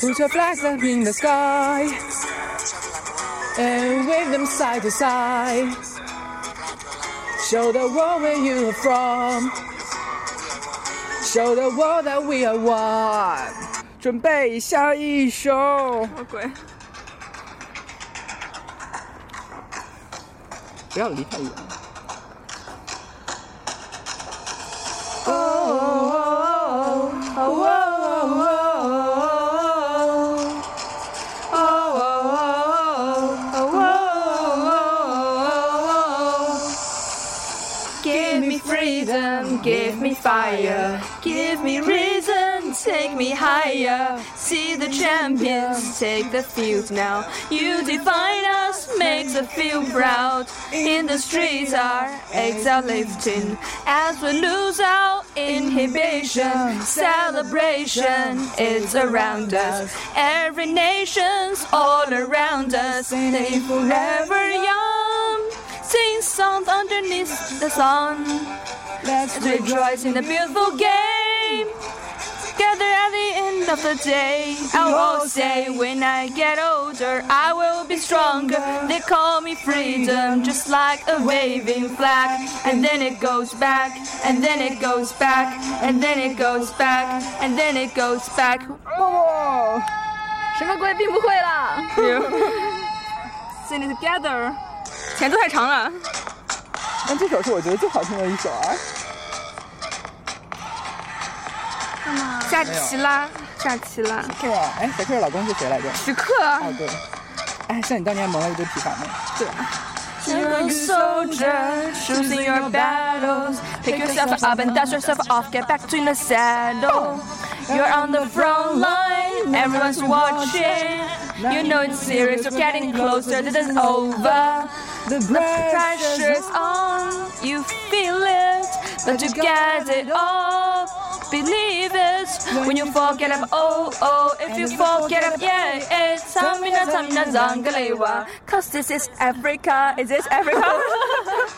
Put your flags up in the sky and wave them side to side. Show the world where you are from. Show the world that we are one。准备下一首，什么鬼？不要离太远。 Give me freedom, give me fire, give me reason, take me higher. See the champions, take the field now. You define us, makes us feel proud. In the streets, our eggs are lifting as we lose our inhibition. Celebration is around us, every nation's all around us. Stay forever young. Sing songs underneath the sun. Let's Let's rejoice in the beautiful game. Gather at the end of the day. I will say, when I get older, I will be stronger. They call me freedom, just like a waving flag. And then it goes back, and then it goes back, and then it goes back, and then it goes back. 什么鬼？并不会 啦。Sing it together，前奏太长了。但这首是我觉得最好听的一首啊！下棋啦，下棋啦，是吗？哎，小克的老公是谁来着？时刻。哦，对。哎，像你当年蒙了一堆皮卡妹。 You're a soldier, choosing your battles. Pick yourself up and dust yourself off, get back to the saddle. You're on the front line, everyone's watching. You know it's serious, you're getting closer, this is over. The Pressure's on, you feel it, but you get it all. Believe it when you fall, get up. Oh, oh, if you fall, get up. Yeah, yeah. Samina, Samina, Zangalewa. Cause this is Africa. Is this Africa?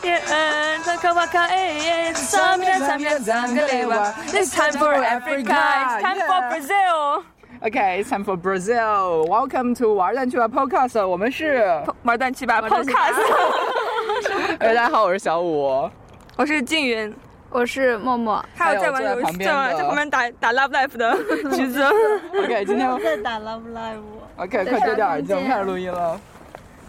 yeah, Zakawaka, eh, eh. Samina, Samina, Zangalewa. It's time for Africa. It's time for Brazil. OK, it's time for Brazil. Welcome to 玩蛋去吧 Podcast。我们是，玩蛋去吧 Podcast。哎，大家好，我是小五。我是静云。我是默默，还还有有在玩坐在游旁戏，边在玩的在旁边打打 Love Life 的橘子。 OK，今 天在打 Love Live。 OK，快丢掉耳机，我们开始录音了。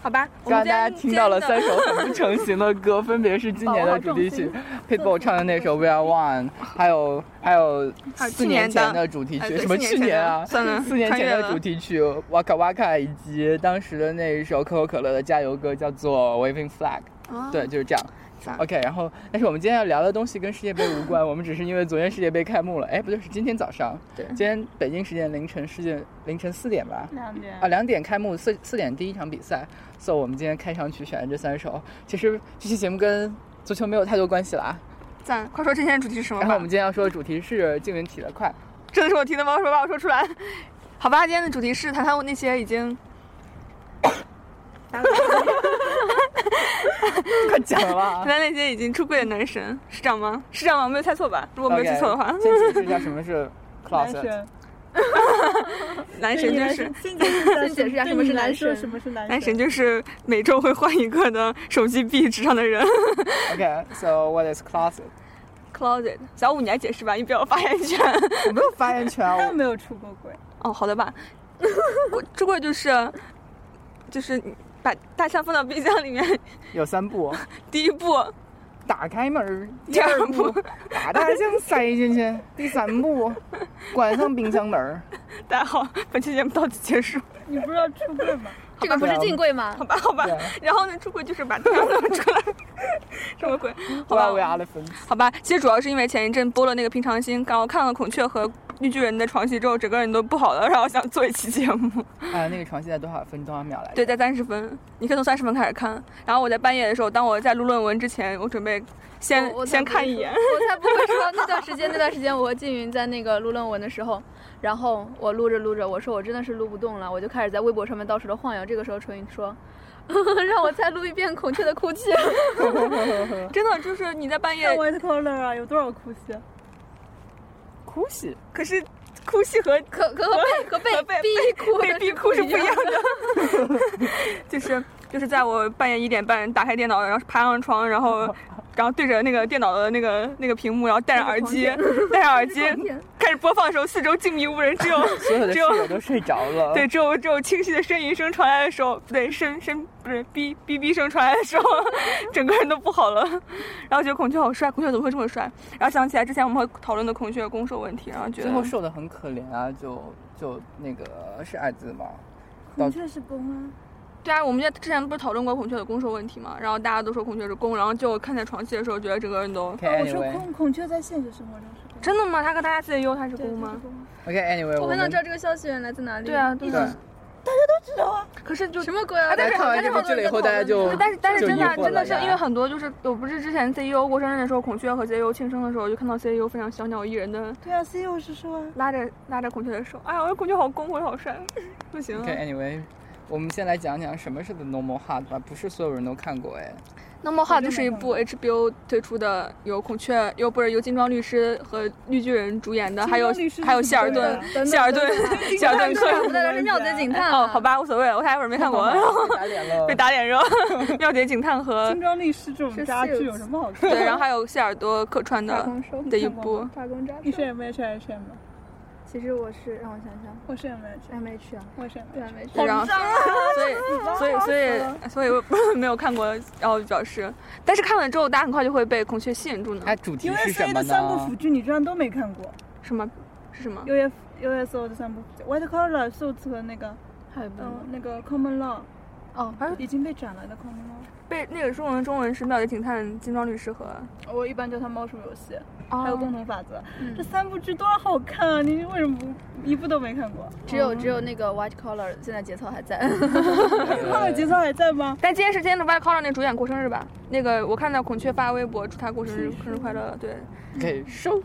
好吧，我 刚刚们大家今听天到了今三天的首很不成形的歌，分别是今年的主题曲 Pitbull 唱的那首《We Are One》，还有还有还有四去年年的前的主题哎曲，对什么四去年前年的啊？ 算了四年穿前越的了主题曲《Waka Waka》，以及当时的那一首可口可乐的加油歌叫做《Waving Flag》。对，哦就是啊这样。OK，然后，但是我们今天要聊的东西跟世界杯无关， 我们只是因为昨天世界杯开幕了，哎，不对，是今天早上，对今天北京时间凌晨世界凌晨四点吧，两点啊，两点开幕，四四点第一场比赛。所、以我们今天开场曲选的这三首，其实这期节目跟足球没有太多关系了啊。赞，快说今天的主题是什么然后我吧们？今天要说的主题是静云体的快，真的是我听的吗？说把我说出来。好吧，今天的主题是谈谈我那些已经快讲了啊谈。谈那些已经出柜的男神，是这样吗？是这样吗？我没有猜 错吧？如果我，没有记错的话先解释一下什么是 closet。 男神 就是 先解释先解释一下什么是男神什么是男男神就是每周会换一个的手机壁纸上的人。 OK，so、what is closet？ Closet，小五你来解释吧，你不要有发言权。我没有发言权啊，他我没有出过轨，哦，好的吧。 我出柜就是，就是你把大象放到冰箱里面， 有三步：第一步打开门儿，第二步步把大象塞进去，第三步关上冰箱门儿。大家好，本期节目到此结束，你不知道出柜 吗？这个不是进柜吗好？吧，好吧对。然后呢，出轨就是把大象弄出来，什 么鬼？好 Why 吧 we，elephants？好吧。其实主要是因为前一阵播了那个《平常心》，刚好看了孔雀和绿巨人的床戏之后，整个人都不好了，然后想做一期节目。啊，那个床戏在多少分多少秒来着？对，在三十分，你可以从三十分开始看。然后我在半夜的时候，当我在录论文之前，我准备先我我才先不看会一说眼。 我才不会说那段时间，那段时间我和静云在那个录论文的时候，然后我录着录着，我说我真的是录不动了，我就开始在微博上面到处的晃悠。这个时候纯云说。 让我再录一遍《孔雀的哭泣》， 真的就是你在半夜看 White Collar 啊，有多少哭戏？哭戏。可是哭戏和可可和贝和贝 和贝被逼哭被的逼哭是不一样的。的， 就是就是在我半夜一点半打开电脑，然后爬上床，然 后然后对着那个电脑的那个那个屏幕，然后戴上耳机那，戴上耳机那 个狂舔开始播放的时候，四周静谧无人，只 有所有的只室有友都睡着了。对，只有只有清晰的呻吟声传来的时候，不对，呻呻不是哔哔哔声传来的时候， 整个人都不好了。然后觉得孔雀好帅，孔雀怎么会这么帅？然后想起来之前我们讨论的孔雀攻受问题，然后觉最后得瘦的很可怜啊，就就那个是艾滋吗？孔雀是公啊，对啊，我们之前不是讨论过孔雀的攻受问题嘛？然后大家都说孔雀是攻，然后就看在床戏的时候，觉得整个人都 OK 哦，我说 anyway 孔孔雀在现实生活中是公，真的吗？他跟大家 CAU 他是对攻？它吗是？公，OK anyway，我们很想知道这个消息源来自哪里。对啊，，对对，啊。大知道啊，可是就什么鬼啊？家看完这部剧了以后，大家就但是但是就真疑的惑真的了是呀因为很多就是我不是之前 CEO 过生日的时候，孔雀和 CEO 庆生的时候，我就看到 CEO 非常小鸟依人的对啊，CEO 是说啊，拉着拉着孔雀的手，哎呀，我的孔雀好公，我好帅， 不行、 OK 啊。 anyway，我们先来讲讲什么是 The Normal Heart 吧，不是所有人都看过 哎。那么话就是一部 HBO 推出的，有孔雀，又不是由金装律师和绿巨人主演的，还有金装律师是还有什希么尔鬼啊顿，希尔顿， 希尔顿克。不对，啊那是妙贼警探。哦，好，吧，无所谓了，我大家一会儿没看过，打脸了。 被打脸 热。妙姐警探和精装律师这种是渣剧 Suits 有什么好看？对，然后还有谢尔多客串抓的狂兽的一看过部吗，抓公抓你是兽。 M H 还是 M？其实我是让我想想我是 M H， ，M H 啊，我是 M 对 M H。对然后所以所以所以 所以我没有看过，然后表示，但是看完之后，大家很快就会被孔雀吸引住呢。它主题是什 USA 么的三部呢腐？剧你居然都没看过什么？是什么？ ，U F U S O 的三部腐剧，White Collar Suits 和那个还有一部嗯那个 Common Law 哦，已经被斩了的 Common Law，被那个中文中文是《妙姐警探》《金装律师》和我一般叫它猫鼠游戏，还还有共同法则，这三部剧多好看啊！你为什么不一部都没看过？只有只有那个 White Collar 现在节操还 在。他们节奏还在吗？但今天是今天的 White Collar 那主演过生日吧？那个我看到孔雀发微博祝他过生日，生日快嗯乐。对，可以收。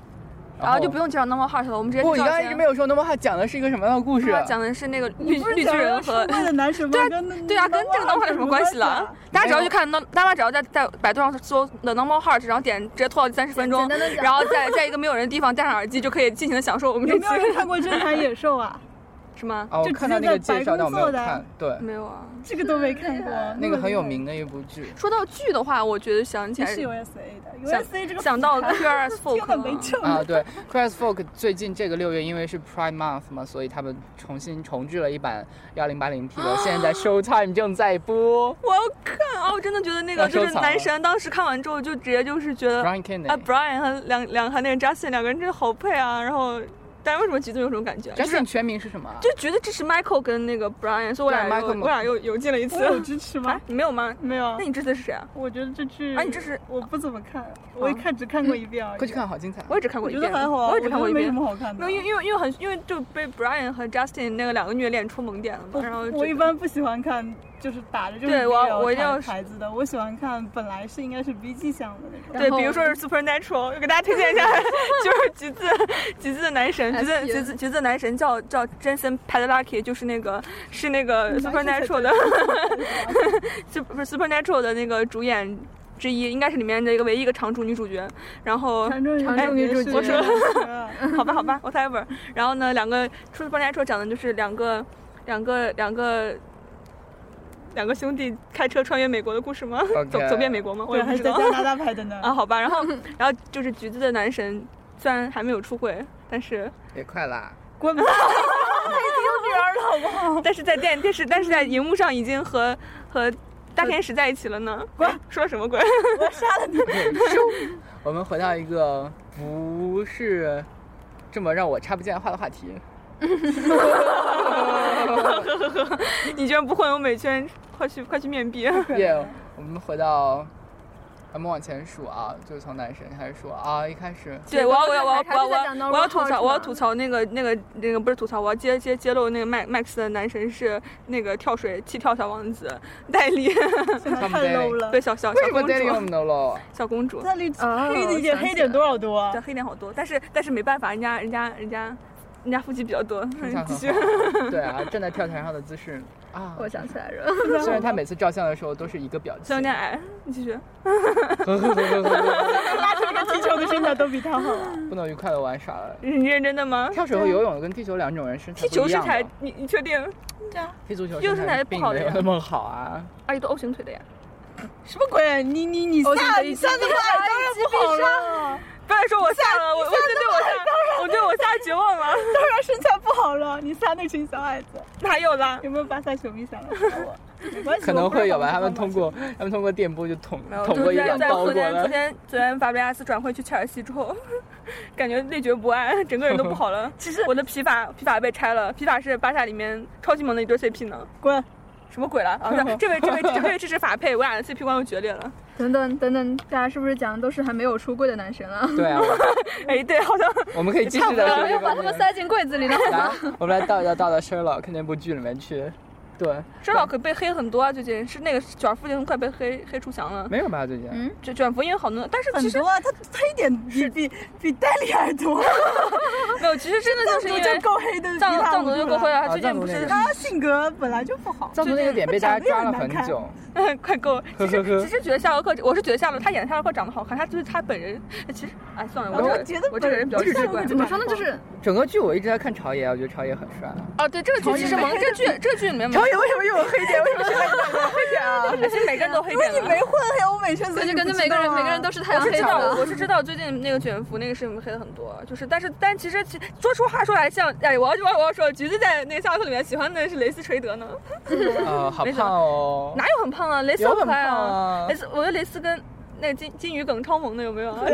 然后就不用介绍 Normal Heart 了，我们直接不，你介绍刚才一直先没有说啊 Normal Heart 讲的是一个什么样的故事？ Normal 啊讲的是那个绿不是绿巨讲人是和为了男神吗？对啊跟那对啊，跟这个 Normal Heart 有什么关系啊了？？大家只要去看 Norm，大家只要在在百度上搜 The Normal Heart，然后点直接拖到三十分钟简单地，讲然后在在一个没有人的地方戴上耳机，就可以尽情的享受我们有这没期有人看过《真海野兽》啊？是吗？哦，我就看直到接那个在白介绍，但我没宫有做的看。对，没有啊。这个都没看过，那个很有名的一部 剧。说到剧的话，我觉得想起其来实是 USA 的想，USA 这个想到 Queer as Folk 根本没了救啊，对 c r a s Folk 最近这个六月因为是 Prime Month 嘛，所以他们重新重聚了一版幺零八零 P 啊的，现在在 Showtime 正在播。我要看啊！我真的觉得那个要就收是藏男了神，当时看完之后就直接就是觉得 Brian 啊 Kennedy，Justin ，Brian 和两两和那个 Justin 两个人真的好配啊！然后，但是为什么橘子有这种感觉啊？就是全名是什么啊？就觉得支持 Michael 跟那个 Brian，所以我俩对又 Michael 我俩又又进了一次我。有支持吗啊？，你没有吗？没有啊那。你支持是谁啊？我觉得这剧啊你这啊是我不怎么看，我一看只看过一遍而已。快去看，好精彩！我也只看过我一觉遍，得还好啊，我我也只看过一觉得没什遍。么好看没有，。的因为因为因为很因为就被 Brian 和 Justin 那个两个虐恋出萌点了嘛，然后就我一般不喜欢看，就是打着就是对我要我一定要看牌子的，我喜欢看本来是应该是 B G 项的 那种。对然，后比如说是 Supernatural，给大家推荐一下，就是橘子橘子的男神，橘子 SP 橘子橘子的男神叫叫 Jensen Padalecki，就是那个是那个 Supernatural 的 Sup- 不是 Supernatural 的那个主演之一，应该是里面的一个唯一一个常驻女主角。然后 常州常州女主角我说好吧，好吧，whatever。然后呢，两个《出 u p e r n a t u r 讲的就是两个、两个、两个、两个兄弟开车穿越美国的故事吗 OK 走走遍美国吗？我我也不还知是在道加拿大拍的呢。 啊。好吧，然 后然后就是橘子的男神，虽然还没有出柜，但是 也快啦！滚吧！有女儿了，好不好？哦但是在电电视，但是在荧幕上已经和和大天使在一起了呢。滚！ 说什么鬼？我杀了你！我们回到一个不是这么让我插不进来话的话题。你居然不混游美圈，快去快去面壁！耶、我们回到，咱们往前数啊，就是从男神开始数啊。一开始 对，我要我要我要还是我要在我讲要 Normal 我要吐 Heart 槽我要吗吐槽那个那个那个不是吐槽，我要揭揭揭露那个麦 Max 的男神是那个跳水弃跳小王子戴 笠，现在太 low 了对。小小为小什么公 Daddy 我主们 no low？小公主，那里啊哦黑的一点想起黑点来多少多啊对？黑脸好多，但是但是没办法，人家人家人家人家腹肌比较多，身材嗯继很续。好。对啊，站在跳台上的姿势啊。我想起来 了，虽然他每次照相的时候都是一个表虽然有情点，矮，你继续。呵呵呵呵呵拉出一个踢球跟身脚都比他好玩。 不能愉快的玩耍了。你认真的吗？跳水和游泳跟踢球两种人身材踢不球一身样材的，，你你确定？对啊，踢足球又身材不并好的没有呀那么好啊。阿姨都 O 型腿的呀。什么鬼？你你你哦下你你下你那个矮当然不好了，不要说我下了，我我真对我下，我对我下绝望了。当然身材不好了。你下那群小矮子，哪有啦？有没有巴萨球迷想来找我？没关系，可能我不是会有吧，皇他马们通嘛过他们通过电波就捅没有，捅就过是一在两在刀昨过天昨来。天昨天法布亚斯转会去切尔西之后， 感觉内决不安，整个人都不好了。 其实我的皮法皮法被拆了，皮法是巴萨里面超级萌的一对 CP 呢。滚。什么鬼了？啊， 对这位这位这位这是法配，我俩的 CP 关系决裂了。 等等等等，大家是不是讲的都是还没有出柜的男生 啊？ 对啊，哎，对，好像我们可以继续的说没这有个哎把他们问题。塞进柜子里 呢。来，我们来倒一倒倒到《Sherlock》那部剧里面去。对，周老可被黑很多啊，最近是那个卷福已经快被黑黑出翔了。没有吧？最近嗯卷卷福因为好多，但是其很实多啊，他黑点比比比戴利还多，没有，其实真的就是因我为就够黑的，比藏他藏无族助就够了黑了，啊他最藏近族不那是个他性格本来就不好，藏族那个点被大家抓了很久， 快够了。呵呵其呵。实觉得夏洛克，我是觉得夏洛克他演夏洛克长得好看，他就是他本人，其实哎算了，我我这个觉得我这个人比较本直观我。怎么说呢？就是整个剧我一直在看朝爷，我觉得朝爷很帅。啊哦，对，这个剧其实萌，这个剧这个剧里面萌 导，演为什么又有黑点？为什么现在有黑点啊？其实每个人都黑因为点你了。没混黑欧美圈，所感以觉你感觉不知每个人道啊每个人都是太我阳是黑知的 道，了。我是知道最近那个卷福那个事情黑的很多，就是但是但其实其说实话说来像哎，我要我要我要说，橘子在那个夏洛克里面喜欢的是雷斯垂德呢，啊，好没什么胖哦。哪有很胖啊？雷斯有好很可爱胖啊！啊雷斯，我觉得雷斯跟那个金金鱼梗超萌的，有没有啊？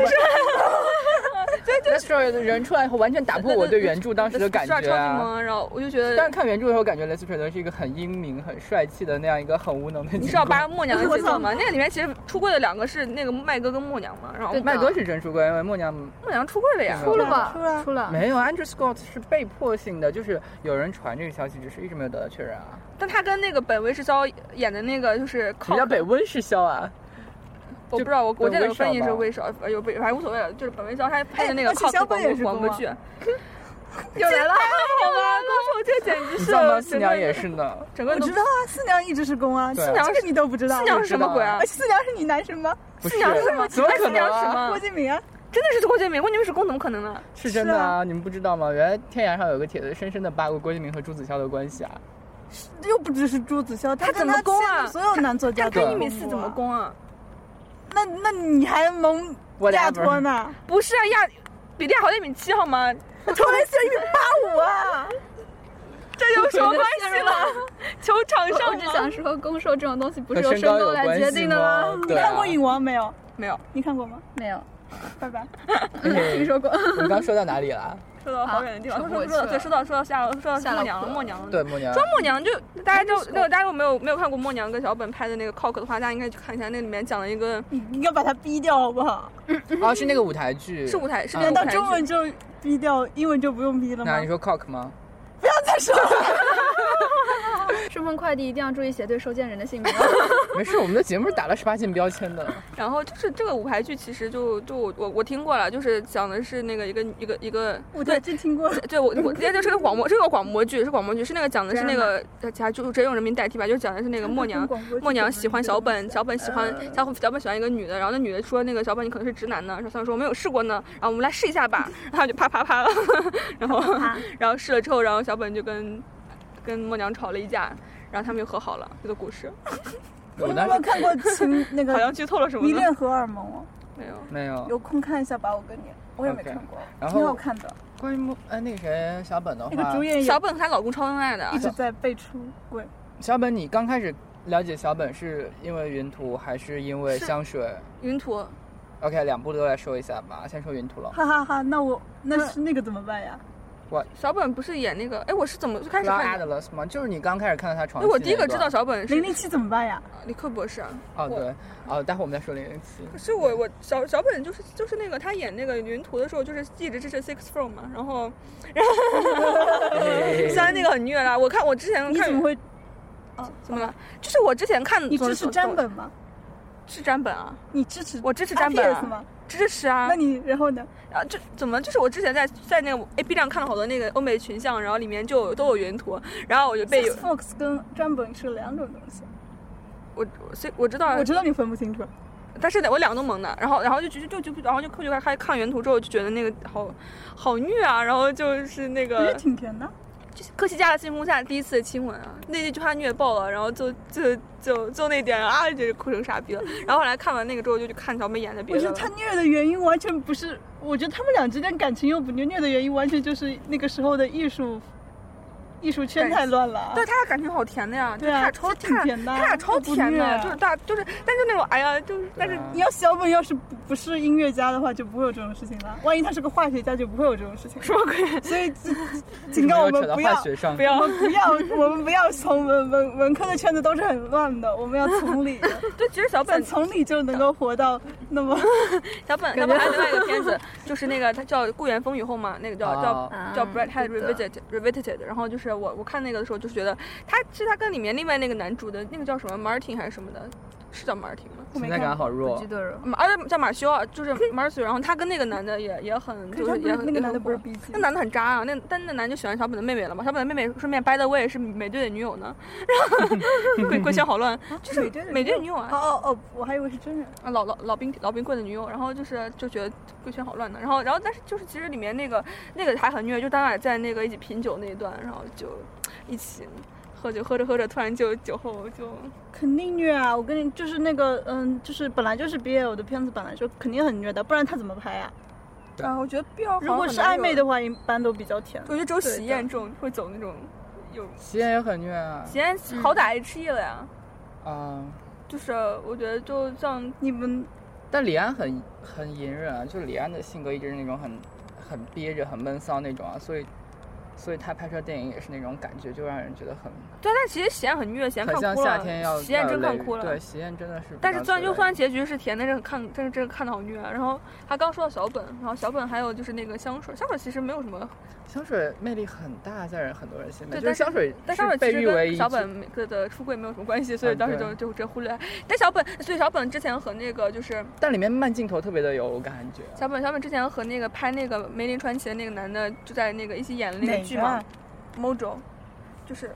那时候人出来以后，完全打破我对原著当时的感是啊觉超级啊。萌，然后我就觉但是得。看原著的时候，感觉雷斯垂德是一个很英明、很帅气的那样一个很无能的。你知道巴默娘的我节操奏吗？那个里面其实出柜的两个是那个麦哥跟默娘嘛，然后对麦哥是真出柜，因为默娘默娘出柜了呀。出了 出了吧，出了。没有。Andrew Scott 是被迫性的，就是有人传这个消息，只是一直没有得到确认啊。但他跟那个本维世肖演的那个就是什靠么，叫北温是肖啊？我不知道，我就我这本个威翻译少是吧为啥，呃有本反正无所谓了，就是本维世肖他拍的哎那个而且靠肖广本也是播广公播啊剧， 又来了，好吧，公主这简直啊你是知道吗？整四个娘也是呢。整个我人都知道啊，四娘一直是公啊，对四娘这个你都不知道，四娘是什么鬼啊而？且四娘是你男神吗？不四是娘是什么？怎么哎可四娘能啊什么郭敬明啊，真的是郭敬明，郭敬明是公，怎么可能呢？是真的啊，你们不知道吗？原来天涯上有个帖子，深深的扒过郭敬明和朱子骁的关系啊。又不只是朱子骁，他他跟怎么他攻签啊的所有男作家他都他对一米四怎么？攻啊？那那你还蒙亚托呢？不是啊，亚比利亚好像一米七好吗？托雷斯一米 八五啊，这有什么关 系了？球场我上只吗想说，攻受这种东西不和是由身身高高有来关决系定的吗吗？对你啊看过《影王》没有？没有，你看过吗？没有，拜拜。听说过。嗯 我们刚说到哪里了？说到好远的地方，啊说说我去说到了对，说到说到夏洛，说到夏默洛娘了，克默娘了。对，， 默娘说。默娘就大家都那个大家如果没有没有看过默娘跟小本拍的那个 Cock 的话，大家应该去看一下，那里面讲了一个你应该把它逼掉好不好？哦，是那个舞台剧。是舞。台是啊那难个道舞台中文剧。就逼掉，英文就不用逼了那吗你？说 cock 吗？不要再说了，顺丰快递一定要注意写对收件人的姓名哦。 没事，我们的节目是打了十八禁标签的。然后就是这个舞台剧，其实就就我我我听过了，就是讲的是那个一个一个一个我在真听过。对我我那就是个广播，这个广播剧是广播剧，是那个讲的是那个，呃其实就直接用人民代替吧，就是讲的是那个默娘，默娘喜欢小本，小本喜欢小本小本喜欢一个女的，然后那女的说那个小本你可能是直男呢，然后小本说我没有试过呢，然后我们来试一下吧， 然后她就啪啪啪了，然后然后试了之后，然后小本就跟跟默娘吵了一架，然后他们又和好了，这个故事我你当有没有时看过情 那好个像剧透了什《么迷呢？恋荷尔蒙》哦？没有，没有。有空看一下吧，我跟你，我也没 OK 看过然后挺好看的。关于默，哎，那个谁，小本的那个话主，演小也本和她老公超恩爱的一，直在被出轨，小本，你刚开始了解小本是因为云图还是因为是香水云图？OK，两部都来说一下吧。先说云图了。哈哈哈。那我那是那个怎么办呀？小本不是演那个，哎，我是怎么就开始 Cloud 看的？ Atlas 吗？就是你刚开始看到他因床为戏那段。我第一个知道小本是零零七怎么办呀？理科博士啊。哦，我对，哦，待会儿我们再说零零七。可是我我小小本就是就是那个他演那个云图的时候，就是一直支持 Six From 嘛，然后嘿 虽然那个很虐啦，我看我之前你看怎么会？怎么了？就是我之前看你支持詹本吗？是詹本啊，你支持我支持詹本、 RPS 啊，吗？支持啊那。你然后呢？啊，这怎么就是我之前在在那个 A B 站看了好多那个欧美群像，然后里面就有都有云图，然后我就被 Six Fox 跟詹本是两种东西，我我所以我知道我知道你分不清楚。但是我两个都蒙的，然后然后就就就就然后就后就看看看原图之后就觉得那个好好虐啊，然后就是那也个挺甜的。就是科西嘉的星空下第一次亲吻啊，那那句话虐爆了，然后就就就就那点啊，就是哭成傻逼了。然后后来看完那个之后就去看小美演的别我的觉了，得他虐的原因完全不是，我觉得他们俩之间感情又不虐，虐的原因完全就是那个时候的艺术，艺术圈太乱了。啊对，他俩感情好甜的呀，就对他啊俩超这他挺俩甜的他俩超这不甜虐的，啊就是大就是，但就那种哎呀，就是但是你要小本要是不不是音乐家的话，就不会有这种事情了。万一他是个化学家，就不会有这种事情。什么鬼？所以警警告我们不化要学上不，要我们不要，我们不要从文文文科的圈子都是很乱的，我们要从理的，对，其实小但本从理就能够活到那么小本小本还有另外一个片子，就是那个它叫《故园风雨后》嘛，那个叫叫哦叫啊 Bret Hart 对的 Revisited Revisited。然后就是我我看那个的时候，就是觉得他是他跟里面另外那个男主的那个叫什么 Martin 还是什么的，是叫 Martin 吗？我存没在看感过好弱 记。得了。马啊叫马修啊，就是 Marcio。然后他跟那个男的也也很可就是他是不也是很那个也男的很不是火。 B G，那男的很渣啊，那但那男就喜欢小本的妹妹了嘛，小本的妹妹顺便 by the way 是美队的女友呢，然 后鬼鬼圈好乱，啊就是美队的美队女女友啊，哦哦哦，我还以为是真人。啊，老老老冰老冰棍的女友，然后就是就觉得贵圈好乱的，然后然后但是就是其实里面那个那个还很虐，就当俩在那个一起品酒那一段，然后就一起喝酒，喝着喝着突然就酒后就肯定虐啊！我跟你就是那个，嗯，就是本来就是 BL 的片子，本来就肯定很虐的，不然他怎么拍呀、对啊，我觉得必要。如果是暧昧的，话，一般都比较甜。我觉得只有对喜宴这种会走那种有吸烟也很虐啊喜宴嗯好歹也吃夜了呀，啊！就是我觉得就像你们但李安很很隐忍啊，就李安的性格一直是那种很很憋着、很闷骚那种啊，所以所以他拍摄电影也是那种感觉，就让人觉得很对，但其实喜宴很虐，喜宴看很哭了，像夏天要喜宴要真雷看雨哭了，对，喜宴真的是比较催泪。但是虽然就虽然结局是甜的，这个看这个这个看的好虐啊。然后他刚说到小本，然后小本还有就是那个香水，香水其实没有什么，香水魅力很大，在人很多人心里，就对是但是香水但香水被其实誉为跟一小句本每个的出柜没有什么关系，所以嗯当时就对就这忽略。但小本所以小本之前和那个就是但里面慢镜头特别的有感觉。小本小本之前和那个拍那个《梅林传奇》的那个男的就在那个一起演了那哪个剧嘛啊？ ，Mojo，就是。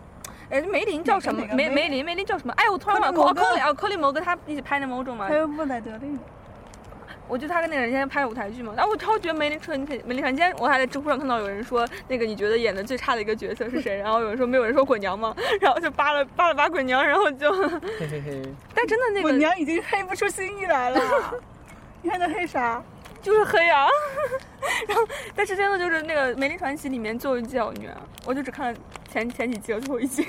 哎，梅林叫什么哪？个梅哪个梅林梅林叫什么？哎，我突然柯忘林了。哦，摩根柯林哦，柯林摩根他一起拍那 Mojo 嘛，还有布莱德利，我觉得他跟那个人现在拍舞台剧嘛，然后我超觉得梅林传梅林传，今天我还在知乎上看到有人说那个你觉得演的最差的一个角色是 谁，然后有人说没有人说滚娘嘛，然后就扒了扒了扒滚娘，然后就，嘿嘿嘿，但真的那我个娘已经黑不出新意来了。你看他黑啥？就是黑啊， 然后但是真的就是那个梅林传奇里面最后一季好虐啊，我就只看了前前几集和最后一集，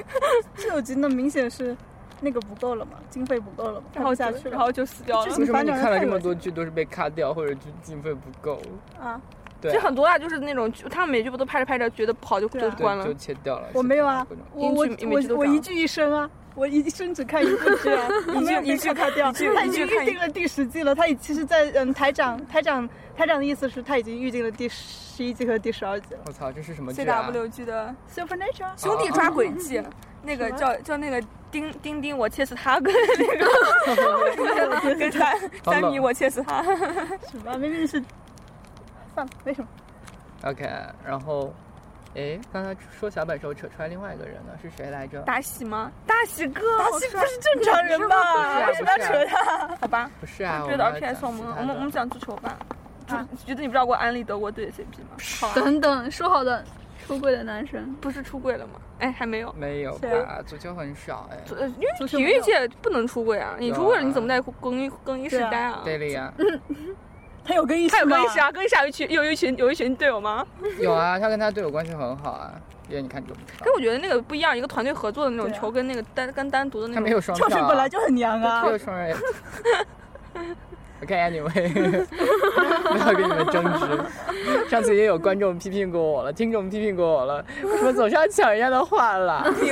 这有集那明显是那个不够了嘛，经费不够了嘛，拍然后不就下去然了后就死掉了这。为什么反你正看了太这么恶多剧都是被卡掉，或者就经费不够？啊！对就啊，很多啊，就是那种剧他们每剧不都拍着拍着觉得不好就对就啊关了对就，切掉了。我没有啊切掉了各种我我英剧英剧都我我这样一句一生啊，我一生只看一部剧 啊，他没有一句被卡卡掉，一句他一已句经看预一定了第十季了。他已其实在，嗯台长台长台长的意思是他已经预定了第十一季和第十二季了。我操，这是什么剧啊？ CW 剧的 Supernatural，兄弟抓轨迹，那个什么叫叫那个丁丁丁，我切死他跟那 个。跟三好三冷米我切死 他。什么明明是，算了，没什么。 OK，然后，哎，刚才说小本时候扯出来另外一个人呢，是谁来着？大喜吗？大喜哥，他我是不说是正常人吧？啊啊为什么要扯他？ 好吧？不是啊，就我们是的要 RPS，我讲们其他我们的我们讲足球吧。就啊觉得你不知道给我安利德国队的 CP 吗？好啊，等等，说好的出柜的男生，不是出柜了吗？哎，还没有。没有谁吧？足球很少哎。呃因为足球体没育有界不能出柜啊！你有出柜了，啊你怎么在更衣更衣室对啊待啊？对了呀，他有更衣他室有吗？更衣室啊，更衣室还有一群有一群有一群队友吗？有啊，他跟他队友关系很好啊。耶，你看你都不知道但，我觉得那个不一样，一个团队合作的那种对啊球跟那个单跟单独的那他种没有 双跳水票啊本来就很娘啊这。个双人 也。OK，Anyway，不要跟你们争 执。上次也有观众批评过我了，听众批评过我了，为什么总是要抢人家的话 啦？今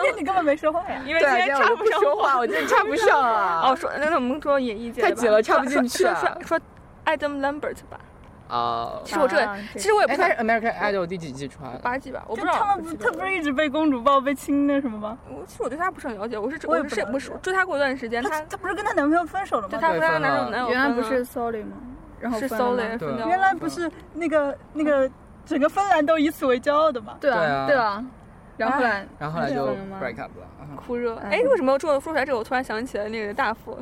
天你根本没说话呀。因为对今啊，天这样插我就不不上说话，我真的插不上 哦，啊。说那我们说演艺界太吧紧了插不进去说啊说说说 Adam Lambert 吧，哦其，实我这个啊，其实我也不哎，他太是 American Idol 第几季出来的？八 G 吧，我就不知道。他们他不是一直被公主抱、被亲那什么吗？我其实我对他不是很了解，我是我也我不是了解我是追他过一段时间，他他他不是跟她男朋友分手了吗？对他对跟他分男了友男友原来分不了是 Sorry 吗？然后是分了 Solly 吗对分掉原了。来不是那个那个整个芬兰都以此为骄傲的嘛？对对啊啊，对啊。然后后来，然后后来你就懂了吗 break up 了。嗯哭热，嗯哎，为什么说说出来这个，我突然想起了那个大副，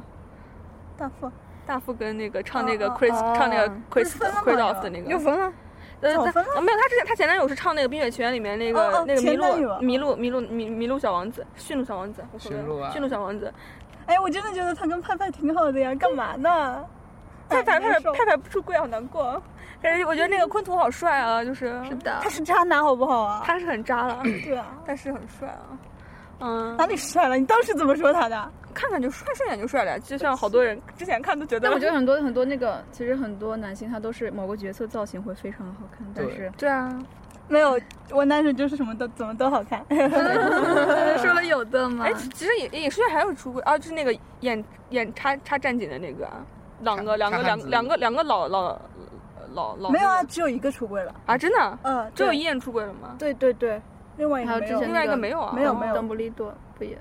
大富大富跟那个唱那个哦哦 Chris、唱那个哦 Chris 不是分了吗 Chris off 的那又个，分了，呃早他分了啊没有，他之前他前男友是唱那个《冰雪奇缘》里面那个、哦哦那个麋前男友鹿麋鹿麋鹿麋麋鹿小王子，驯鹿小王子，我说驯鹿啊驯鹿小王子，哎，我真的觉得他跟派派挺好的呀，干嘛呢？哎派派派难派受派派不出柜好难过，但是我觉得那个昆图好帅啊，就是是的他，是渣男好不好啊？他是很渣了，对啊， 但是很帅啊。嗯哪，里帅了？你当时怎么说他的？看看就帅，顺眼就帅了呀，就像好多人之前看都觉得，但我觉得很多很多那个，其实很多男性他都是某个角色造型会非常好看，但对是 对啊，没有，我那时候就是什么都怎么都好看。说了有的嘛哎，其实也也是还有出轨啊，就是那个演演插插战警的那个啊，两个插两个插两汉个子两个两个老老老老没有啊，那个只有一个出柜了。啊，真的嗯，哦只有对一人出轨了吗？对对对，另外一还有个没之前另有。外一那个个没有啊，没有没有邓布利多不也？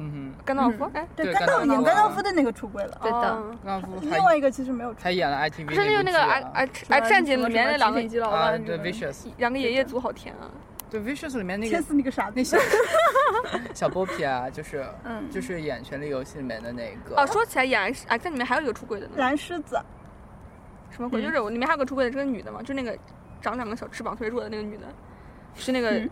嗯甘道夫哎，对，对甘甘道道夫演夫甘道啊夫的那个出柜了，对的嗯哼，那夫另还外一个其实没有出还演了 ITV 不是就是部那个剧啊啊啊啊战警里面那两什么集个体基佬啊，吧，对什么 Vicious，两个爷爷组好甜啊，对 Vicious 里面那天个死你个傻那逼！小小剥皮啊，就是嗯就是演《权力游戏》里面的那个哦，说起来演啊这里面还有一个出轨的呢，蓝狮子，啊什么鬼？就是我里面还有个出轨的，这个女的嘛，就那个长两个小翅膀特别弱的那个女的，是那个嗯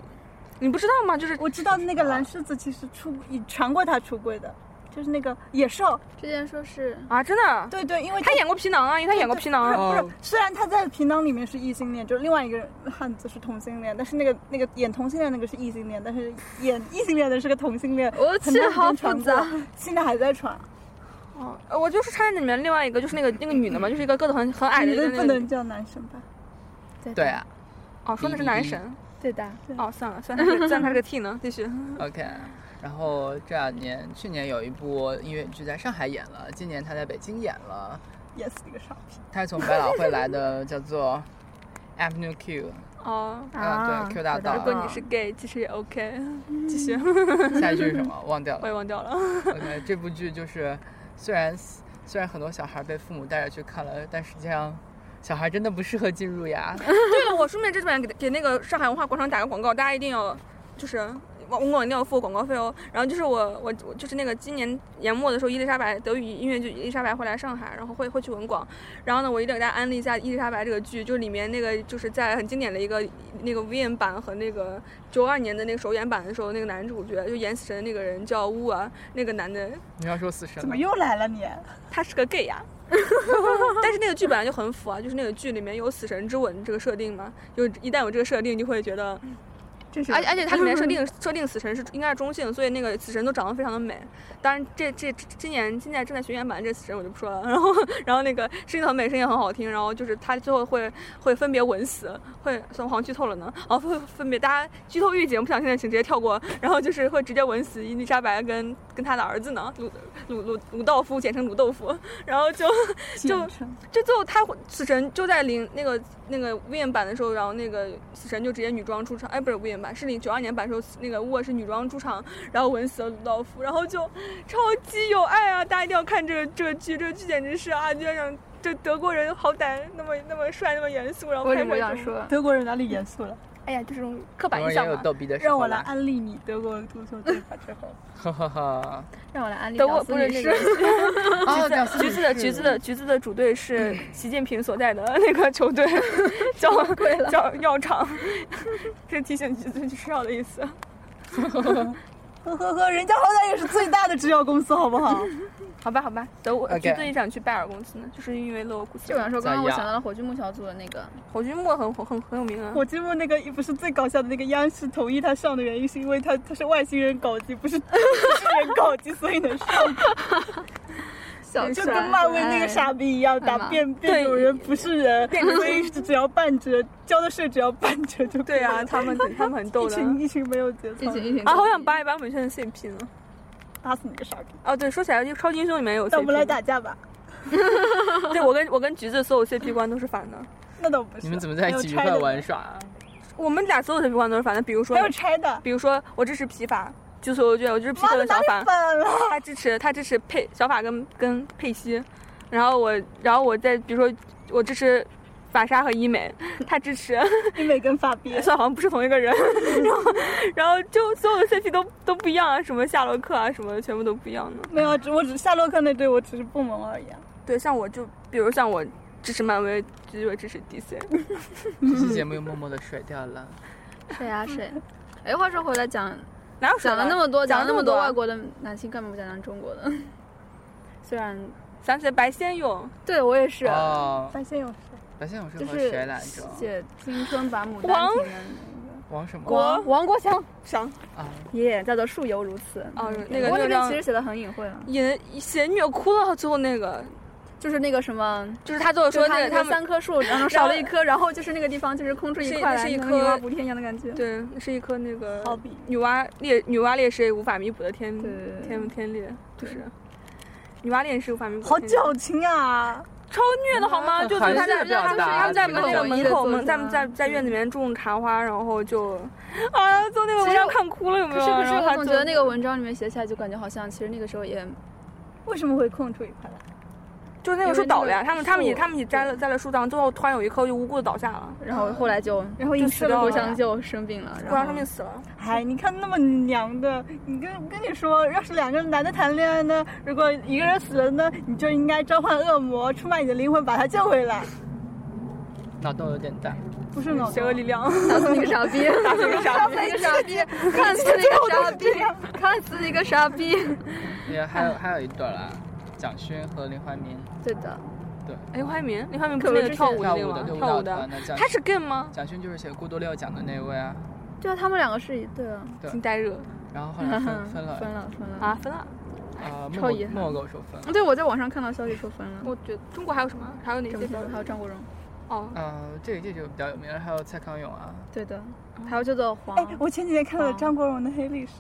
你不知道吗？就是我知道那个蓝狮子其实出已传过他出柜的，就是那个野兽。之前说是啊，真的，对对，因为他演过皮囊啊，因为他演过皮囊啊。哦不是，虽然他在皮囊里面是异性恋，就是另外一个汉子是同性恋，但是那个那个演同性恋那个是异性恋，但是演异性恋的是个同性恋。我很去多，好人复传过杂，，现在还在传。哦，呃我就是插在里面另外一个，就是那个那个女的嘛，就是一个个头很很矮的女一个的那不个能叫男神吧？对啊哦，说的是男神。对的，哦，算了算了， 算了他是个 T 呢，继续。 ，OK。然后这两年，去年有一部音乐剧在上海演了，今年他在北京演了。也死你个傻逼！他是从百老汇来的，叫做 Avenue Q，哦，啊，对 Q 大如果道。你 是 gay，其实也 OK。继续， 下一句是什么？忘掉我也了。忘掉了。 OK，这部剧就是，虽然虽然很多小孩被父母带着去看了，但实际上小孩真的不适合进入呀。对了，我顺便这边给给那个上海文化广场打个广告，大家一定要就是。我我一定要付广告费哦。然后就是我我我就是那个今年年末的时候，伊丽莎白德语音乐剧伊丽莎白会来上海，然后会会去文广。然后呢，我一定要给大家安利一下伊丽莎白这个剧，就里面那个就是在很经典的一个那个 VM 版和那个九二年的那个首演版的时候，那个男主角就演死神的那个人叫乌啊，那个男的你要说死神怎了么，又来了你？他是个 gay 呀、但是那个剧本来就很腐啊，就是那个剧里面有死神之吻这个设定嘛，就一旦有这个设定，就会觉得，这是而且而且它里面设定设定死神是应该是中性，所以那个死神都长得非常的美。当然这这这今年现在正在巡演版这死神我就不说了， 然后然后那个声音很美，声音很好听，然后就是他最后会会分别吻死，会算我好像剧透了呢，然后会分别大家剧透预警，不想听的请直接跳过，然后就是会直接吻死伊丽莎白跟跟他的儿子呢，鲁鲁鲁鲁道夫，简称鲁豆腐，然后就。就简称就最后他会死神就在零那个那个 Win 版的时候，然后那个死神就直接女装出场，哎，不是 Win 版，是零九二年版的时候，那个沃是女装出场，然后吻死了鲁道夫，然后就超级有爱啊！大家一定要看这个这个剧，这个剧简直是啊，就让这德国人好歹那么那么帅那么严肃，然后我拍只出来是这想种，说，德国人哪里严肃了？哎呀，就是这种刻板中国人印象也有嘛。逗逼的时让候我来啦，安利你德国足球队吧，最后。哈哈哈。让我来安利德国屌丝不是女那士个啊，屌丝橘子的女士橘子的橘子的主队是习近平所在的那个球队，叫叫药厂， 这提醒橘子去吃药的意思。呵呵呵，人家好歹也是最大的制药公司，好不好？好吧，好吧，德国 OK 橘子也想去拜耳公司呢，就是因为勒沃库森就。我想说，刚刚我在呀想到了火炬木小组的那个，火炬木很很很有名啊。火炬木那个不是最搞笑的那个央视同意他上的原因，是因为他他是外星人搞基，不是 不是人搞基，所以能上，小就帅跟漫威那个傻逼一样，哎打变变种人不是人，所以只要半折，交的税只要半折就可以对啊，了。他 们很他们很逗一的。群一群没有节一操的群人，一群啊，好想扒一扒美炫的 CP 呢。打死你个傻逼！啊哦，对，说起来，就超级英雄里面有 CP。那我们来打。架吧？对，我跟我跟橘子所有 CP 关都是反 的。那倒不是。你们怎么在一起愉还有拆快的玩耍啊？我们俩所有 CP 关都是反的，比如说还，有拆的，比如说我支持皮法，就所有卷，我支持皮妈特跟的哪小里法。啊反 了？他支持他支持佩小法跟跟佩西，然后我然后我再比如说我支持，法沙和医美，他支持，医美跟发 边，虽然好像不是同一个人， 然后然后就所有的 CP 都都不一样啊，什么夏洛克啊什么的，全部都不一样的。没有，只我只夏洛克那对我只是不萌而已啊。对，像我就比如像我支持漫威，就是支持 DC，这期节目又默默的甩掉了。谁呀谁？哎，话说回来讲哪有讲了那么多，讲讲了那了那么么多多啊外国的男性，干嘛不讲讲中国的？虽然想起来白先勇，对我也是，啊哦，白先勇是白先勇是就和是谁来着？写《青春把牡丹亭》王的那王什么？个王王国强，想啊，耶，叫做《树犹如此》。哦嗯那个不过就那边让其实写的很隐晦了，演写虐哭了，最后那个就是那个什么。就是他最后就说是他那个他们三棵树当中少了一棵，然后就是那个地方就是空出一块来，是一像棵女娲补天一样的感觉。对是一颗那个好比女娲裂女娲裂石也无法弥补的天对对对天天裂，就是女娲裂石无法弥补的好天裂。嗯矫情啊！超虐的好吗？很就含是他蓄在的表他们达他们在这门个口文门学口作门在家在在院子里面种茶花，然后 就啊，做那个其文实章看哭了有没可有？是可是，嗯然后我他总做觉得那个文章里面写起来就感觉好像，其实那个时候也为什么会空出一块来？就是那个树倒了因呀，为那个他们他们也树他们也栽了栽了树上，最后突然有一棵就无辜的倒下了，然后后来就然后就影死射了掉互我了相就生病了，不然然生后病死了。哎，你看那么娘的，你跟跟你说，要是两个男的谈恋爱呢，如果一个人死了呢，你就应该召唤恶魔，出卖你的灵魂把他救回来，脑洞有点大。不是脑邪恶洞。力量，打死你个傻逼，打死那个傻逼你个傻逼，看死你个傻逼，看死你个傻逼。也还有还有一段啦，蒋勋和林怀民对的，林怀民，林怀民不可是哎那不个是跳舞跳的舞那的个对吗？啊跳舞团的，的蒋他是 gay 吗？蒋勋就是写《孤独六讲》的那位啊，对啊，他们两个是一对啊，金呆热然后后来哎 分分了，分了分了。啊，分了。呃，超默遗憾默狗说分了，对，我在网上看到消息说分了，我觉得中国还有什么？还有哪张些国标荣准还有张国荣，哦，呃，这个这就比较有名了，还有蔡康永啊，对的，还有叫做黄哎，我前几天看了啊张国荣的黑历史，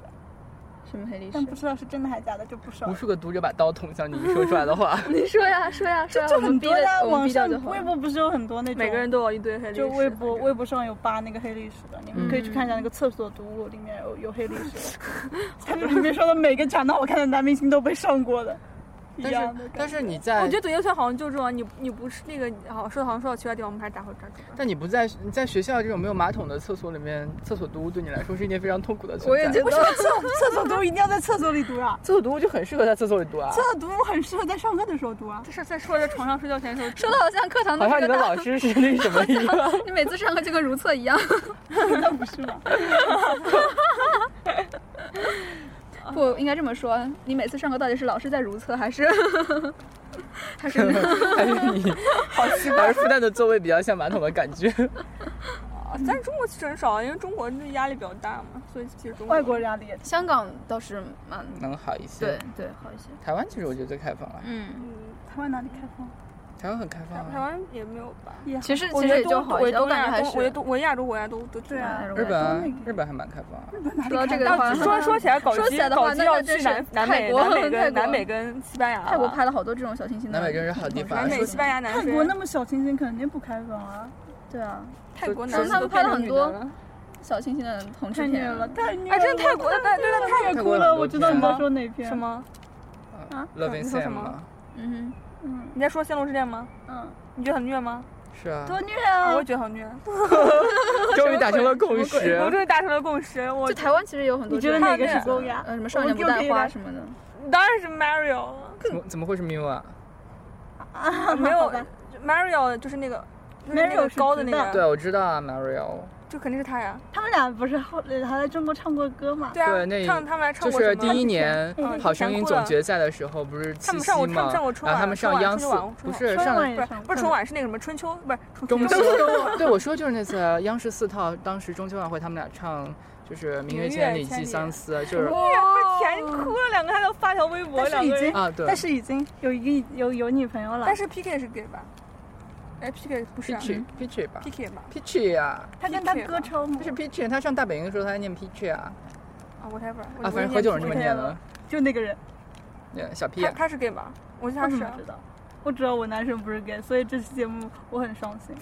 什么黑历史但，不知道是真的还假的，就不说无了。数个读者把刀捅向你说出来的话，你说呀说呀说就呀，就我们很逼多的啊，的，我们网逼掉上就好微了。博不是有很多那种，每个人都有一堆黑历史。就微博微博上有扒那个黑历史的，你们可以去看一下那个厕所读物里面有有黑历史，它就里面说的每个长得好看的男明星都被上过的，一但样的是感觉。但是你在，我觉得德云社好像就这种，你你不是那个，好像说好像说到奇怪的地方，我们还是打回抓住吧。但你不在你在学校这种没有马桶的厕所里面，厕所读物对你来说是一件非常痛苦的存在。我也觉为什么厕厕所读一定要在厕所里读啊？厕所读物就很适合在厕所里读啊，厕所读物很适合在上课的时候读啊。这是在说在床上睡觉前的时候，说的好像课堂好都像是你个的大老师是那个什么一 样。你每次上课就跟如厕一样。 那不是吗？ 不应该这么说，你每次上课到底是老师在如厕，还是 还是 还是你，好奇怪，而复旦的座位比较像马桶的感觉。啊但是中国其实很少，因为中国这压力比较大嘛，所以其实中外国压力也香港倒是蛮 能好一些。对，对好一些，台湾其实我觉得最开放了，嗯，台湾哪里开放？台湾很开放台台啊。湾也没有吧。也其实我其实觉得也就东好一些，我东感觉亚还东，我觉得是。东我亚洲国家都都对啊日日本啊台湾那，个日本还蛮开放啊。哪里说到这开个的放话，说说起来，搞说基起来的搞话基那要那真去是南南泰美国南泰美跟国南美跟西班牙了，泰国拍了好多这种小清新的，南美真是好地方南啊。美西班牙南泰非国那么小清新，肯定不开放啊！对啊，泰国说南他们拍了很多了，小清新的同志太虐片了，太虐了！哎，真的泰国的对对太泰国虐哭很多了！我知道你片在啊说哪篇。对，什？么？啊啊，Loving 你说什 Sam 么吗？嗯嗯你在说《仙龙之恋》吗？嗯，你觉得很虐吗？是啊，多虐啊！我也觉得很虐。 终于达成了共识我。终于达成了共识，哼，我就台湾其实有很多你这觉种，得哪个是他高雅？呃什么少年不带花什么的，当然是 Mario 了，怎么怎么会是 Miu 啊？没有 Mario 就是那个。就是那 Mario 个是高的那直个的对，，我知道啊，Mario。就肯定是他呀。他们俩不是后还在中国唱过歌嘛？对啊，对那唱他们来唱就过什是么？第一年嗯《好声音》想哭了总决赛的时候，不是他七们夕上过吗？春上过春然晚后他们上央视春晚，不春是春上晚不是也上不是春晚，是那个什么春秋，不是春中秋秋。。对，我说就是那次央视四套，当时中秋晚会他们俩唱就是《明月千里寄相思》，就是哎呀，不是甜哭了，两个还能发条微博，但是两已个人经。啊，对但。是已经有一个有有女朋友了。但是 PK 是 gay 吧？哎，PK 不是啊 Peachy Peachy 吧 PK 吧？ ，Peachy 啊，他跟他哥超模他是 Peachy，他上大本营的时候他还念 Peachy 啊，啊，whatever。啊，反正何炅是这么念我也的，就那个人，呃小 P 他啊，他是 gay 吧？我记得他他怎是么啊。知道？我知道我男神不是 gay，所以这期节目我很伤心。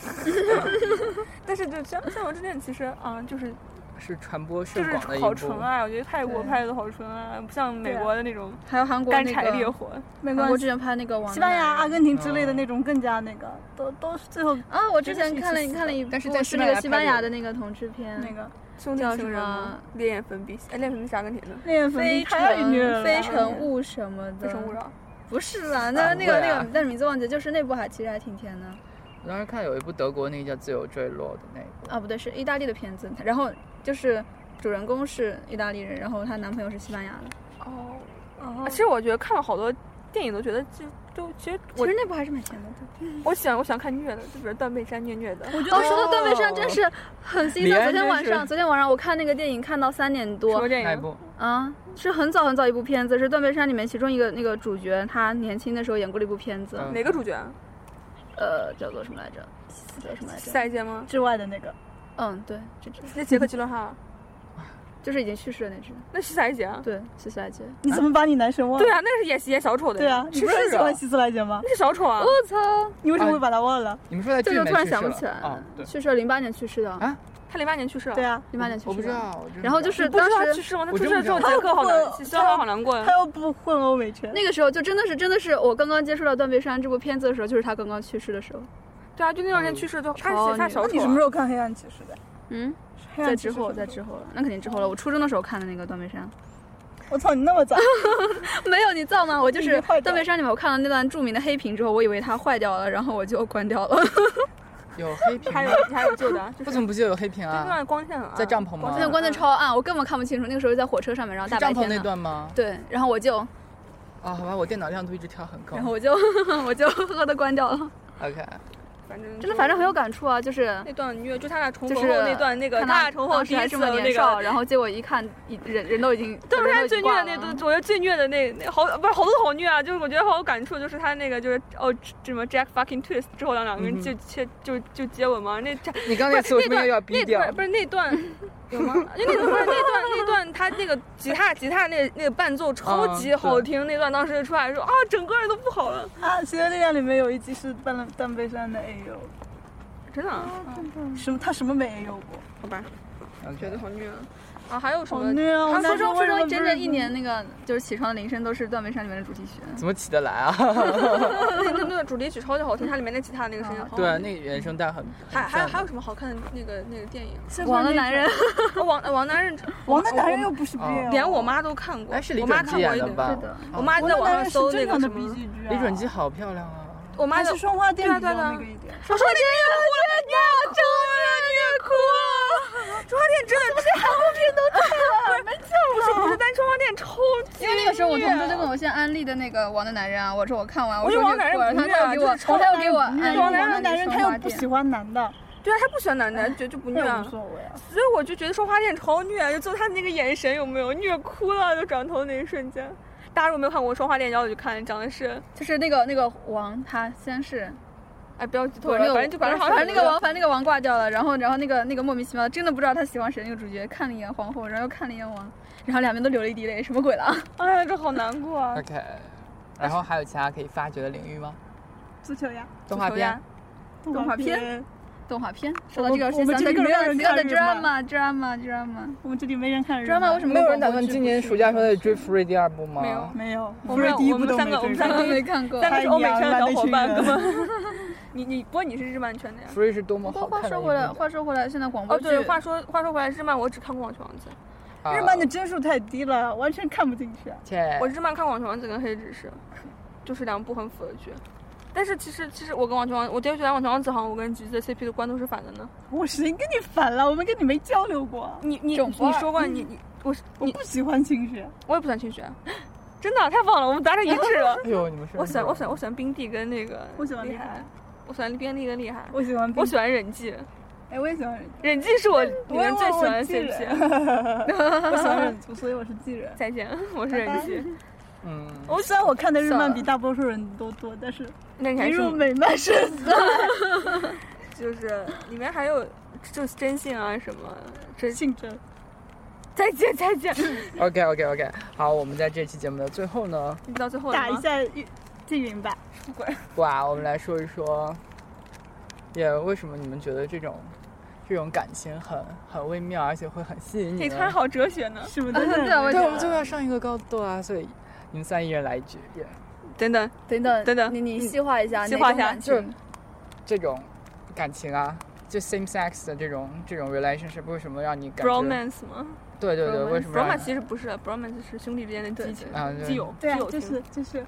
但是就像像我之恋，其实啊，就是是传播就甚是广的一好纯啊部。爱，我觉得泰国对拍的好纯爱，不像美对啊国的那种还有韩国干那柴烈个，火。没韩关国之系。前拍那个王，西班牙、啊阿根廷之类的那种更加那个，都都是最后啊，我之真的前是一看了起死看了的一部，但是在西那班牙个西拍班的牙的那个同志片，那个兄弟叫情什人么吗？烈焰粉笔，哎，烈焰粉笔是阿根廷的，恋粉非笔太诚虐啊了，非诚勿什么的，非诚勿扰。不是啦，那那个不会那啊个，但是名字忘记，就是那部还其实还挺甜的我当时看有一部德国那个叫《自由坠落》的那个，啊，不对，是意大利的片子，然后就是主人公是意大利人，然后她男朋友是西班牙的，哦，哦啊其实我觉得看了好多电影，都觉得就就其实其我实那部还是蛮甜的。我喜欢我喜欢看虐的，就比如断背山虐虐的。我觉哦，得说到断背山真是很心李酸。安昨天晚真上，是昨天晚上我看那个电影看到三点什多么电那一影？部啊，是很早很早一部片子，是断背山里面其中一个那个主角，他年轻的时候演过的一部片子，嗯哪个主角？啊呃，叫做什么来着？叫什么来着？赛杰吗？之外的那个，嗯，对，就这那杰克·吉伦哈尔，就是已经去世的那只，那是赛杰啊？对，谢谢大姐。你怎么把你男神忘了？对啊，那是演演小丑的。对啊，，你不是很喜欢希斯莱杰吗？那是小丑啊我。操！你为什么会把他忘了？你们说在这剧里就面突然去想世不了起来哦，对，去世了，零八年去世的啊，他零八年去世了。对，啊，零八年去世。我不知。道。我真然后不就知是不当知道他去时世吗？他我去真世了不之后，知道杰克好难，他肖恩好难过呀他。又不混欧美圈，那个时候就真的是真的是我刚刚接触到《断背山》这部片子的时候，就是他刚刚去世的时候。对啊，就那段时间去世，就他超是他虐小那你丑什么时啊。候看《黑暗骑士》的？嗯，黑啊暗在骑士之后，在之后了，那肯定之后了。我初中的时候看的那个《断 背山我操，你那么早，》，没有你造吗？我就是你坏掉《断背山》里面我看了那段著名的黑屏之后，我以为它坏掉 了，然后我就关掉了。道有黑屏吗还，有还有救的啊，就我是怎么不记得有黑屏那啊？段光线很暗在帐篷吗光线 那很啊段关键暗超暗，我根本看不清楚。那个时候在火车上面，然后是大帐白篷天那的。段吗？对，然后我就，啊，好吧，我电脑亮度一直调很高然。后我就， 我就呵呵的关掉了。 OK，反正真的，就反正很有感触啊，就是那段虐，就他俩重就逢是后那段那个，看他到俩重逢当第时一还次这的么那年个少，，然后结果一看，已人人都已经，邓人都已伦山最经虐挂的了啊那段，我觉得最虐的那那好不是好多都好虐啊，就是我觉得好有感触，就是他那个就是哦什么 Jack fucking twist 之后，两个人就切就就接吻嘛，那这你刚不那是次我那是不是段又要逼 那掉不？是不是那段有吗？就那段不是那段那段他那个吉他吉他那那个伴奏超嗯级对好听，那段当时出来说啊，整个人都不好了，啊，《邪恶力量》里面有一集是扮了断背山的 A U，真的啊什么他什么没 A U 过？好吧，觉 OK 得好虐啊啊，还有什好么？ 虐啊！我他当初时中初为什么中不整是整一年，那个就是起床的铃声都是《断背山》里面的主题曲。怎么起得来啊？那那那个主题曲超级好听，它里面那吉他那个声音好。对，啊那个原声带很很还哦还赞还有的什么好看的那个那个电影？王的男人， 啊王呃王男人，王的男人我又不是 B 哦 L，连我妈都看过哎，是李我妈准看基演过一的点。吧？是的啊我妈王在的网男上人是搜那正个常什的 B 么， G 剧啊，李准基好漂亮啊！我妈还在是双花店对比啊较对啊那个对啊一点。我说你我真的啊哭了，中华 店真的不是韩国片都看了，没错，不是不是，但中华店超 级因为那个时候我同桌就跟我现在安利的那个《王的男人》啊，我说我看完，我觉说得王你男人果然不他虐他啊又给就我，是超他又给我男安利人王了的男人他又不喜喜欢男的，对啊，他不喜欢男的，觉得就不那虐也啊无，所谓啊。所以我就觉得说花店超虐，啊就就他那个眼神有没有虐哭了，就转头那一瞬间。大家如果没有看过《双花店》，要去看，讲的是，就是那个那个王，他先是哎，不要剧透我了那，个反正就反正好像正那个王，反正那个王挂掉了，然后然后那个那个莫名其妙的，真的不知道他喜欢谁那个主角，看了一眼皇后，然后又看了一眼王，然后两边都流了一滴泪，什么鬼了？哎呀，这好难过啊！ OK，然后还有其他可以发掘的领域吗？足球呀，动画足球呀片，动画片，动画片，说到我们这个我事们情，这再里各种没有各人各的看日 drama 漫 drama drama 我们这里没人看人 drama，为什么没有人广播打算剧今不年是暑假时候再追《福瑞第二部吗？没有没有，我福瑞们第一我部们都三没个我们追三个上。没看过。 但太是欧美娘圈了小那伙群伴，根人本 你你不过你是日漫圈的呀。福瑞是多么不好过话看的说一回来，部话说回来，现在广播哦，剧对，话说话说回来，日漫我只看过《网球王子》，啊日漫的帧数太低了，完全看不进去。切我日漫看《网球王子》跟《黑执事》，就是两部很腐的剧。但是其实其实我跟网球王，我第一次觉得网球王子好像我跟橘子的 CP 的关都是反的呢。我谁跟你反了？我们跟你没交流过。你你整不二你说过你嗯你我是我你不喜欢清雪，我也不喜欢清雪， 真的啊太棒了，我们达成一致 了。哎呦，你们是我喜欢我喜欢我喜欢冰帝跟那个我喜欢厉厉害害，我喜欢冰帝跟厉害，我喜欢冰我喜欢忍技，哎，我也喜欢忍，忍技是我里面最喜欢的我也 CP。我喜欢忍族，所以我是巨人。再见， 我是忍技。嗯，我虽然我看的日漫比大多数人都多，但是那你一还是入美漫深思。就是里面还有就是真性啊什么真性。竞争， 再见再见， OK OK OK，好，我们在这期节目的最后呢，你到最后了打一吗下缙云吧。出轨。哇，我们来说一说，也为什么你们觉得这种这种感情很很微妙，而且会很吸引你哎，们。突然好哲学 呢。什么啊都对啊我对，我们就要上一个高度啊，所以你们三一人来一句，yeah 等等，等等等等你你细化一下，细化一下就这种感情啊，就 same sex 的这种这种 relationship 为什么让你感觉 bromance 吗对对对，为什么让？bromance 你其实不是，bromance 啊是兄弟之间的激情对啊，对基友，基对啊友，就情。是就是，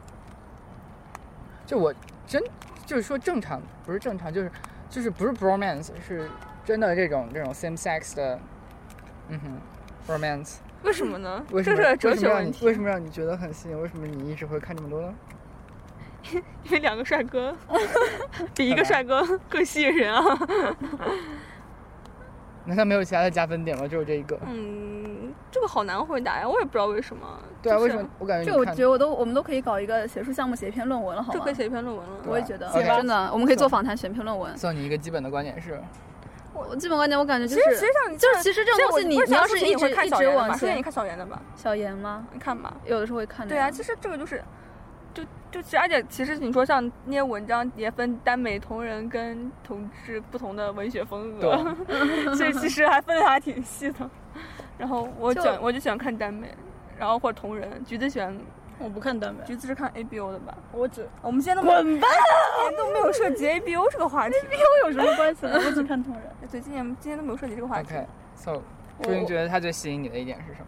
就我真就是说正常不是正常，就是就是不是 bromance 是真的这种这种 same sex 的，嗯哼，romance 为什么呢？为什么这是哲为什学么让问你题。为什么让你觉得很吸引？为什么你一直会看这么多呢？因为两个帅哥， 比一个帅哥更吸引人啊。难道没有其他的加分点吗？只有这一个？嗯，这个好难回答呀，我也不知道为什么。对啊，就是为什么？我感觉这你我看觉得我都我们都可以搞一个学术项目，写一篇论文了，好这吗可以？写一篇论文了。我也觉得，写吧真的，我们可以做访谈，选篇论文。送你一个基本的观点是，我基本观点，我感觉就其实是实际上就是其实这种东西你，你要是一直会看一小直圆的吧，往说你前，看小圆的吧，小严吗？你看吧。有的时候会看的。对啊，其实这个就是，就就其实而且其实你说像那些文章也分耽美、同人跟同志不同的文学风格， 所以其实还分的还挺细的。然后我就喜欢我就喜欢看耽美，然后或者同人。橘子喜欢我不看耽美，橘子是看 A B O 的吧？我只我们现在都没滚吧，有都没有涉及 A B O 这个话题，有什么关系呢？我只看同 人。对，今年今年都没有涉及这个话题。 OK，so，我，朱云觉得他最吸引你的一点是什么？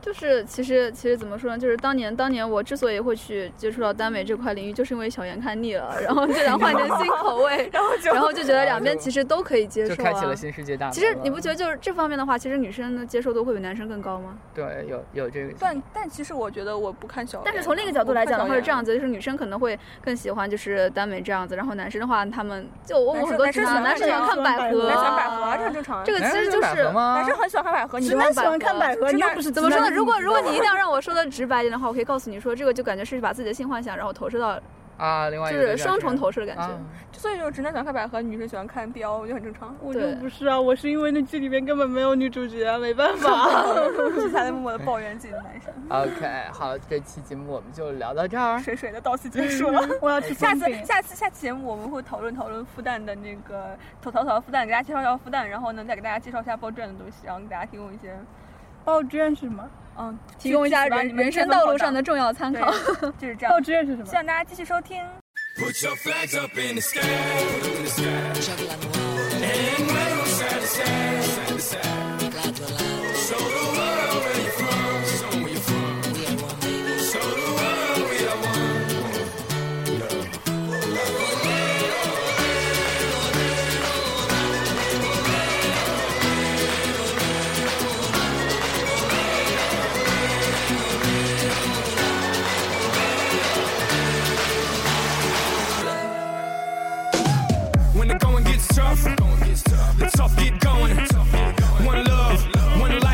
就是其实其实怎么说呢？就是当年当年我之所以会去接触到耽美这块领域，就是因为小严看腻了，然后就想换点新口味然后 就然后就觉得两边其实都可以接就受开启啊了。新世界大门了。其实你不觉得就是这方面的话，其实女生的接受度会比男生更高吗？对有有这个？但但其实我觉得我不看小圆，但是从另一个角度来讲的我不看小话是这样圆。子，就是女生可能会更喜欢就是耽美这样子，然后男生的话，他们就我问过很多男直生男，男男生生喜喜欢欢看百看合男生喜喜欢欢啊，百合啊，这很正常。这个男其生实是就百合是吗？男生很喜欢看百合，你直说男喜欢看啊百合，直你又男不是怎么说呢？直男如果如果你一定要让我说的直白一点的话，我可以告诉你说，这个就感觉是把自己的性幻想，然后投射到啊，另外就一个是双重投射射的感觉。啊所以就是直男喜欢看百合，女生喜欢看 BL，我觉得很正常。我对就不是啊，我是因为那剧里面根本没有女主角啊，没办法。 我才在默默的抱怨自己的男神， OK，好，这期节目我们就聊到这儿。水水的到此结 束了。我要去 下看次下次下期节目我们会讨论讨论复旦的那个讨讨讨复旦，给大家介绍一下复旦，然后呢再给大家介绍一下报站的东西，然后给大家提供一些报志愿是什么？嗯提供一下去吧人你们人生见缝道报路上的道重要参考。对就是这样报。志愿是什么希？望大家继续收听。 Put your flags up in the sky. And wave 'em side to side, side to side. Show the world where you're from. Show 'em where you're from. Show the world we are one. Love. When the going gets tough, the tough get going. One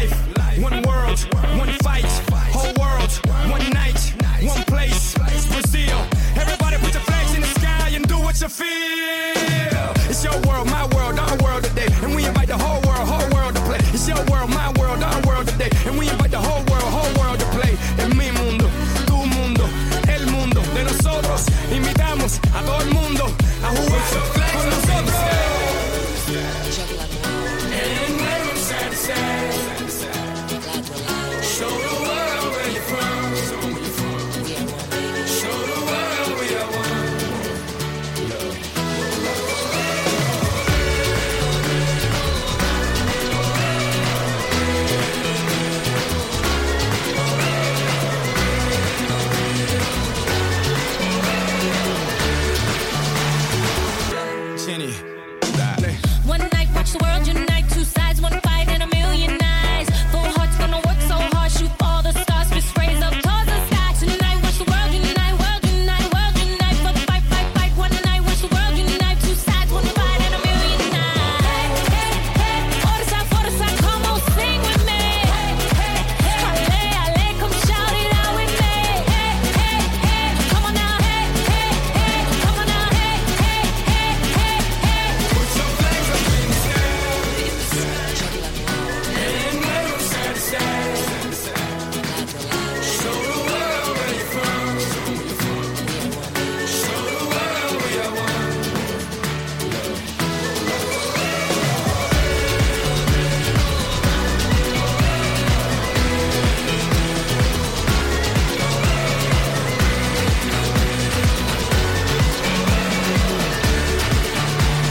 É posso. é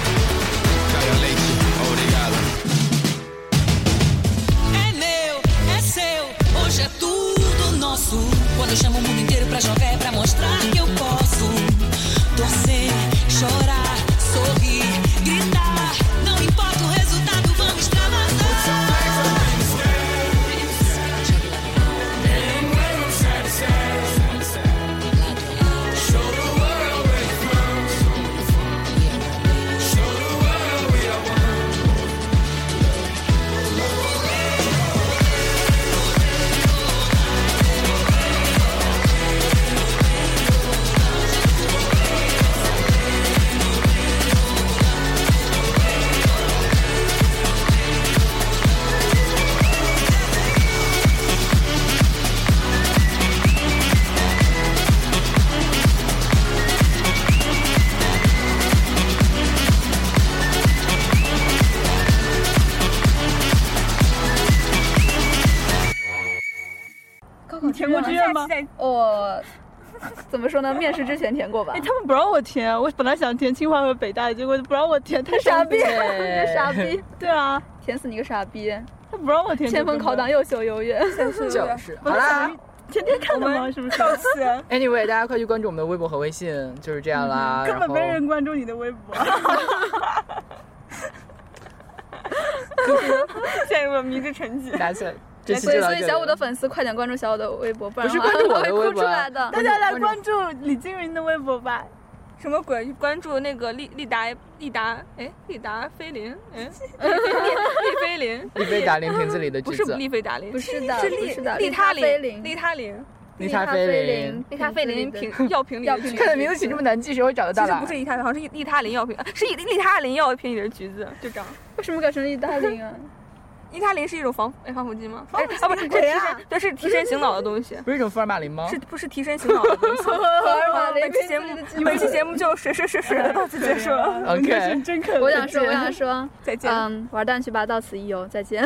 Quando eu chamo o mundo inteiro pra jogar é pra mostrar que eu posso. Torcer, chorar, sorrir, gritar. Não importa o resultado, vamos extravasar. 高考填过志愿吗？ 我怎么说呢？面试之前填过吧哎，。 他们不让我填，我本来想填清华和北大，结果不让我填，太傻伤逼，心了。你个傻逼，对啊，填死你个傻逼！他不让我填。千峰考档，又秀优越， 就是不好是啦。天天看的吗？是不是？道歉， Anyway，大家快去关注我们的微博和微信，就是这样嗯啦。根本没啊然后人关注你的微博。下一个迷之 陈姐，打起来。这期所就以到所这以里小五的粉丝快点关注小五的微博，不然不是的话关注我的会微哭博出啊来的。大家来关注李金云的微博吧。什么鬼？关注那个利利达利达，哎，利达菲林，哎， 利菲林，一杯打林瓶子里的不橘是子，利菲达林，不是的，是不是的，利他他菲林，林，利他林，利他菲菲林。利他菲林瓶瓶药瓶里的药瓶橘里 看子。的名字起这么难记，谁会找得其到啊实啦不？是利他林，好像是利他林药瓶，是利利他林药瓶里的橘子，就这样。为什么改成利他 林啊？利他林是一种防哎防腐剂吗？哎腐剂啊，不是，是这鬼提啊神，对，是提神醒脑的东西，不是一种福尔马林吗？是不是提神醒脑的东西？哦福尔啊马林本期节目瓶子，里的本期节目就水水水水的到此结束了，文 科生真可怜。我想说，我想说，再见。嗯，玩蛋去吧，到此一游，再见。